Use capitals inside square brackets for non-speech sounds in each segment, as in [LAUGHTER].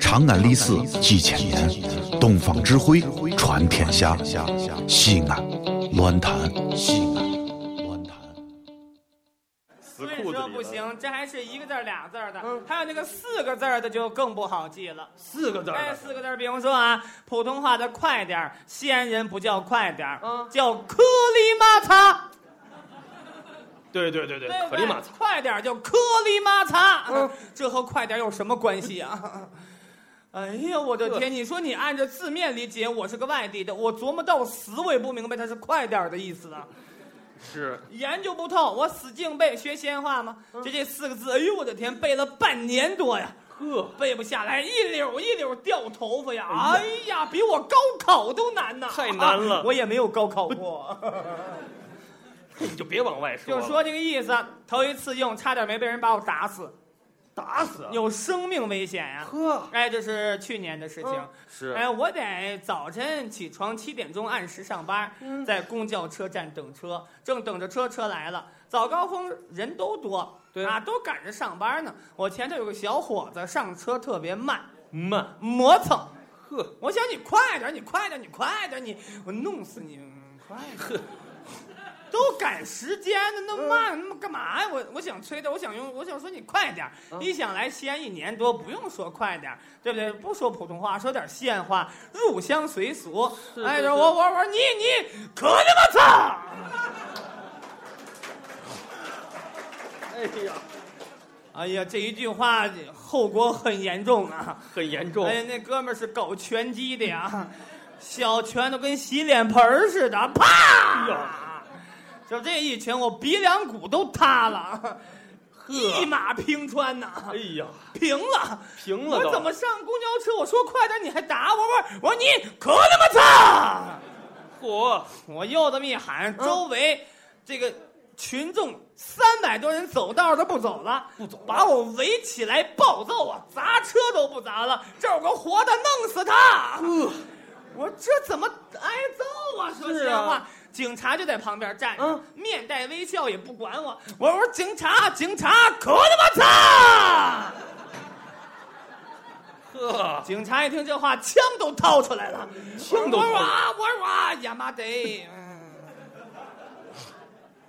长安历史几千年，东方智慧传天下。西安，乱谈西安，乱谈。死所以说不行，这还是一个字儿俩字儿的，还有那个四个字儿的就更不好记了。嗯四个字儿哎，的四个字儿，比方说啊，普通话的快点儿，西安人不叫快点儿，嗯叫颗粒玛擦。对对对对对，不可对立马擦。快点儿叫颗粒玛擦。嗯 [LAUGHS] 这和快点儿有什么关系啊？ [LAUGHS] 哎呀，我的这天！你说你按照字面理解，我是个外地的，我琢磨到死，我也不明白它是快点儿的意思啊。是，研究不透，我死记硬背，学西安话吗？嗯就这四个字，哎呦我的天，背了半年多呀，呵，背不下来，一绺一绺掉头发呀，哎呀，比我高考都难呐，太难了啊我也没有高考 [LAUGHS] 过，你就别往外说就了，说这个意思。头一次用，差点没被人把我打死，打死啊。有生命危险呀。呵，哎，这是去年的事情。是哎，我得早晨起床七点钟按时上班，在公交车站等车，正等着车，车来了，早高峰人都多，对啊，都赶着上班呢。我前头有个小伙子上车特别慢，慢，磨蹭，呵，我想你快点，你快点，你快点，你我弄死你，嗯快 [LAUGHS] 点。都赶时间呢，那么慢，那么干嘛呀？我我想催他，我想用，我想说你快点儿。嗯一想来西安一年多，不用说快点儿，对不对？不说普通话，说点西安话，入乡随俗。是哎，是我我我说你你可你妈操！哎呀，哎呀，这一句话后果很严重啊！很严重哎，呀，那哥们儿是搞拳击的呀，小拳头跟洗脸盆儿似的，啪！就这一拳，我鼻梁骨都塌了，一马平川呐哎，呀，平了，平了我都。怎么上公交车？我说快点，你还打我！我说我说你可他妈操！嚯，我又这么一喊，嗯周围这个群众三百多人走道都不走了，不走了把我围起来暴揍啊，砸车都不砸了，这儿有个活的，弄死他！我这怎么挨揍啊？说是实啊话，警察就在旁边站着，嗯面带微笑，也不管我。我说警察，警察，可他妈操！呵，警察一听这话，枪都掏出来了，枪都我掏出来说啊，我说啊，呀妈得！嗯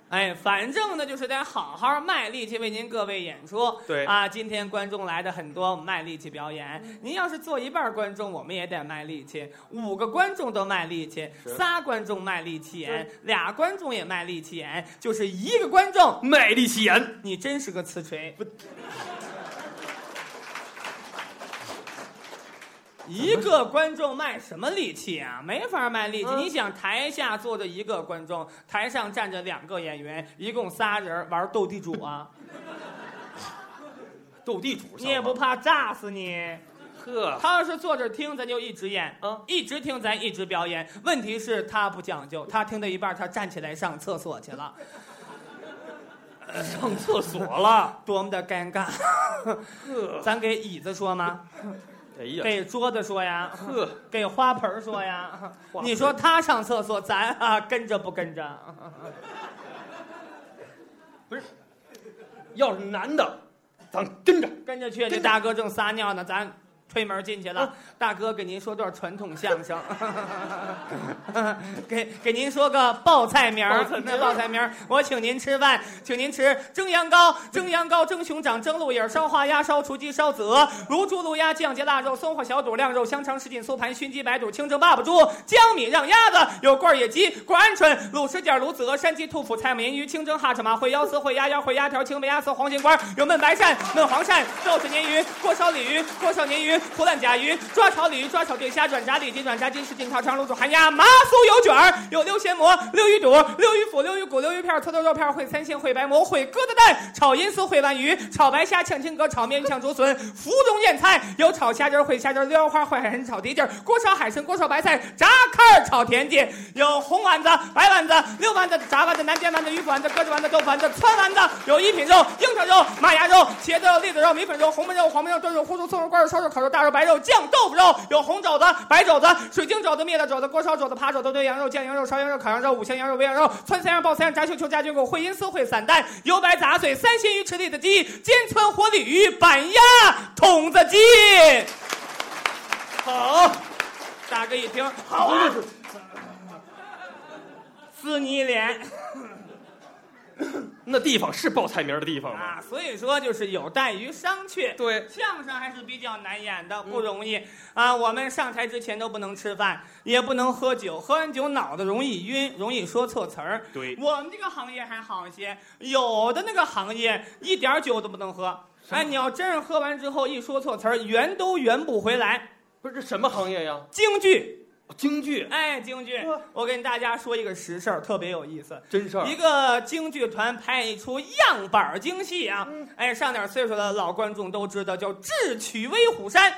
哎，反正呢，就是得好好卖力气为您各位演出。对啊，今天观众来的很多，我们卖力气表演。您要是做一半观众，我们也得卖力气。五个观众都卖力气，仨观众卖力气演，俩观众也卖力气演，就是一个观众，卖力气眼，你真是个瓷锤。一个观众卖什么力气啊？没法卖力气。嗯你想，台下坐着一个观众，台上站着两个演员，一共仨人玩斗地主啊！ [LAUGHS] 斗地主，你也不怕炸死你？呵，他要是坐着听，咱就一直演，嗯一直听，咱一直表演。问题是，他不讲究，他听到一半，他站起来上厕所去了，上厕所了，多么的尴尬！呵，咱给椅子说吗？哎呀，给桌子说呀？呵，给花盆儿说呀花盆，儿你说他上厕所，咱啊跟着不跟着？不是，要是男的，咱跟着，跟着去，这大哥正撒尿呢，咱推门进去了。大哥给您说段传统相声， [LAUGHS] 给给您说个报菜名儿报菜名那儿报菜名儿我请您吃饭，请您吃蒸羊羔、蒸羊羔、蒸熊掌、蒸鹿眼儿、烧花鸭、烧雏鸡、烧子鹅、卤猪、卤鸭、酱节腊肉、松花小肚、晾肉、香肠、什锦、酥盘、熏鸡、白肚、清蒸爸爸猪、江米酿鸭子、有罐儿野鸡、罐儿鹌鹑、卤什锦、卤子鹅、山鸡、兔脯、菜母银鱼、清蒸哈什马、烩腰丝、烩鸭腰、烩鸭条、青梅鸭丝、黄金瓜、有焖白鳝、焖黄鳝、豆豉鲶鱼、锅烧鲤鱼、锅烧鲶鱼、胡烂甲鱼、抓炒鲤鱼、抓炒对虾、转炸里脊、转炸鸡翅、进烤肠、卤煮寒鸭、麻酥油卷儿、有溜鲜蘑、溜鱼肚、溜鱼脯、溜鱼骨、溜鱼片儿、土豆肉片儿、烩三鲜、烩白蘑、烩疙瘩蛋、炒银丝、烩皖鱼、炒白虾、炝青蛤、炒面鱼、炝竹笋、芙蓉燕菜，有炒虾仁儿、烩虾仁儿、溜腰花、烩海参、炒蹄筋儿、锅烧海参、锅烧白菜、炸坎儿、炒甜芥，有红丸子、白丸子、溜丸子、炸丸子、南煎丸子、鱼腐丸子、鸽子丸子、豆腐丸子、川丸子，有一品肉、樱桃肉、马牙肉、茄子肉、栗子肉、米粉肉、红焖肉、黄焖肉、炖肉、红薯、葱肉、瓜肉、烧肉、烤肉、大肉、白肉、酱豆腐肉，有红肘子、白肘子、水晶肘子、灭的肘子、锅烧肘子、扒肘子、炖羊肉、酱羊肉、烧羊肉、烤羊肉、五香羊肉、煨羊肉、汆三样、爆三样、炸绣球、炸菌狗、烩银丝、烩散蛋、油白杂碎、三鲜鱼、池里的鸡、尖川活鲤鱼、板鸭、筒子鸡。好，大哥一听，好啊，撕你脸那地方是报菜名儿的地方吗？啊！所以说就是有待于商榷。对，相声还是比较难演的，不容易、啊！我们上台之前都不能吃饭，也不能喝酒，喝完酒脑子容易晕，容易说错词儿。对我们这个行业还好一些，有的那个行业一点儿酒都不能喝。哎，你要真是喝完之后一说错词儿，圆都圆不回来。不是这什么行业呀？京剧，京剧，哎，京剧，我跟大家说一个实事儿，特别有意思。真事儿一。个京剧团拍一出样板儿京戏啊，哎，上点岁数的老观众都知道，叫《智取威虎山》，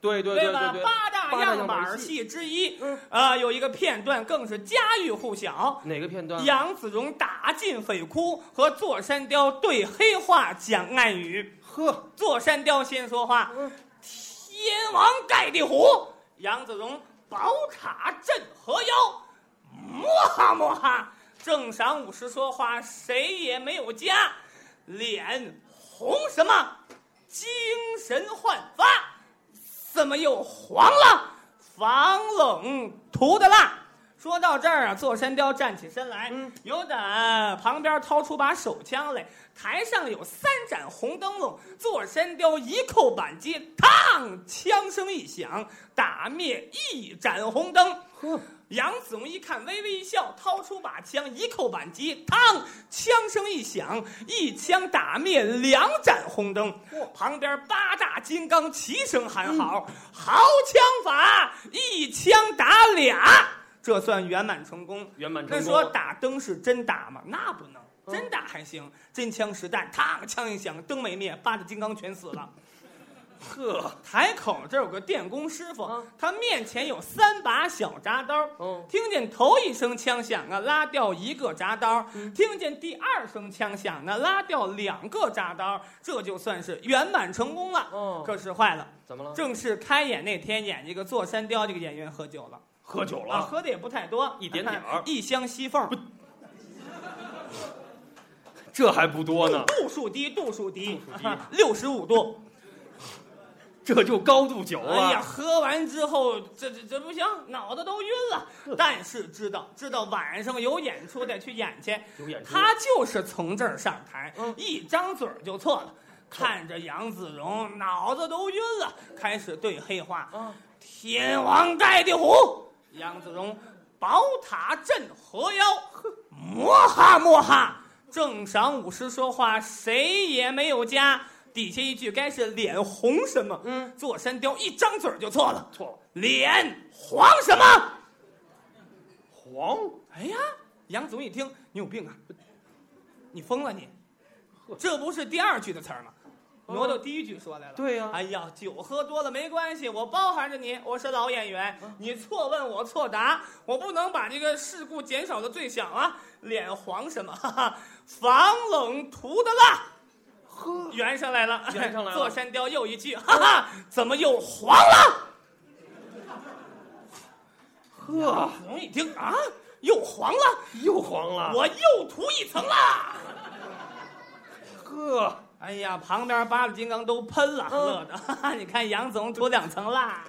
对对对吧对？对，八大八大样样板板儿儿戏之一，嗯呃，有一个片段更是家喻户晓。哪个片段？杨子荣打进匪窟和座山雕对黑话讲暗语，呵，座山雕先说话嗯：“天王盖地虎。”杨子荣宝塔镇河妖，摸哈摸哈。正晌午时说话，谁也没有家，脸红什么？精神焕发，怎么又黄了？防冷涂的蜡。说到这儿啊，座山雕站起身来，有点旁边掏出把手枪来。台上有三盏红灯笼，座山雕一扣扳机，嘡，枪声一响，打灭一盏红灯。杨子荣一看，微微一笑，掏出把枪，一扣扳机，嘡，枪声一响，一枪打灭两盏红灯。旁边八大金刚齐声喊好：“好枪法，一枪打俩。”这算圆满成功。圆满那成功。说打灯是真打吗？那不能，嗯真打还行，真枪实弹，嘡，枪一响，灯没灭，八大金刚全死了。 [LAUGHS] 呵，台口这儿有个电工师傅，嗯他面前有三把小铡刀，嗯听见头一声枪响啊，拉掉一个铡刀；嗯听见第二声枪响呢，拉掉两个铡刀，这就算是圆满成功了。嗯可是坏了，怎么了？正式开演那天，演这个座山雕这个演员喝酒了，喝酒啊，了，喝的也不太多，哎一点点儿一箱西凤，这还不多呢，度数低，度数低啊度数低，六十五度。这就高度酒哎呀，啊。喝完之后，这这这不行，脑子都晕了。但是知道知道晚上有演出得去演 [LAUGHS] 去，有演出他就是从这儿上台，嗯一张嘴儿就错了。看着杨子荣，脑子都晕了，开始对黑话。嗯天王盖地虎，杨子荣，宝塔镇河妖，摸哈摸哈。正晌午时说话，谁也没有家。底下一句该是脸红什么？嗯，座山雕一张嘴儿就错了，错了，脸黄什么？黄，哎呀，杨总一听，你有病啊！你疯了你！这不是第二句的词儿吗？挪到第一句说来了。对呀哎呀，酒喝多了没关系，我包含着你，我是老演员。啊你错问我错答，我不能把这个事故减少的最小啊！脸黄什么？哈哈，防冷涂的蜡。呵，圆上来了，圆上来了 [LAUGHS] 座山雕又一句，哈哈，怎么又黄了？呵，容易听啊，又黄了，又黄了。我又涂一层啦。呵，哎呀，旁边八路金刚都喷了，嗯乐的。哈哈， [LAUGHS] 你看杨总涂两层蜡，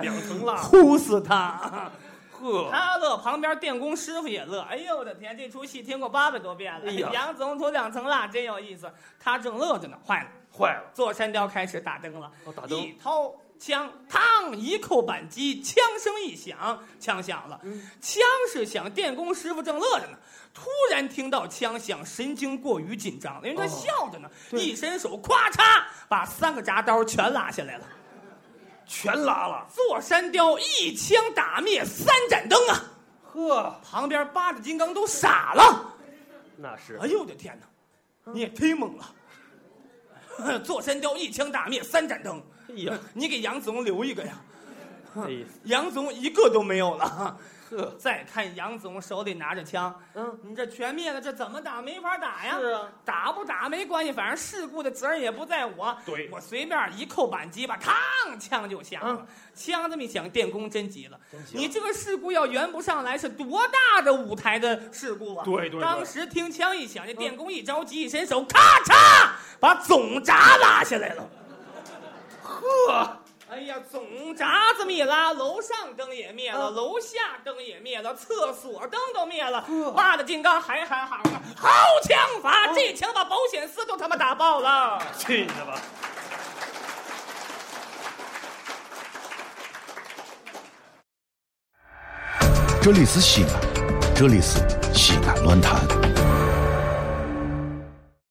两层蜡。哦哭死 [LAUGHS] 他！呵，他乐，旁边电工师傅也乐。哎呦我的天，这出戏听过八百多遍了。哎呀杨总涂两层蜡真有意思。他正乐着呢，坏了，坏了，座山雕开始打灯了。哦打灯一掏枪，嘡，一扣扳机，枪声一响，枪响了。嗯枪是响，电工师傅正乐着呢，突然听到枪响，神经过于紧张了，因为他哦笑着呢，一伸手，咵嚓，把三个铡刀全拉下来了。全拉了。座山雕一枪打灭三盏灯啊！呵，旁边八大金刚都傻了。那是哎呦我的天哪，你也忒猛了！ [LAUGHS] 座山雕一枪打灭三盏灯，哎呀， [LAUGHS] 你给杨总留一个呀！ [LAUGHS] 哎呀，杨总一个都没有了。 [LAUGHS] 呵，再看杨总手里拿着枪，嗯，你这全灭了，这怎么打？没法打呀！是啊，打不打没关系，反正事故的责任也不在我。对嗯我随便一扣扳机吧，嘡，枪就响了。枪这么一响，电工真急了。急了你这个事故要圆不上来，是多大的舞台的事故啊！对对对当时听枪一响，这电工一着急，一伸手，咔嚓，把总闸拉下来了。呵，哎呀，总闸子灭拉，楼上灯也灭了，啊楼下灯也灭了，厕所灯都灭了。爸的金刚还喊好呢，好枪法！这枪把保险丝都他妈打爆了。去你的吧！这里是西安，这里是西安乱坛。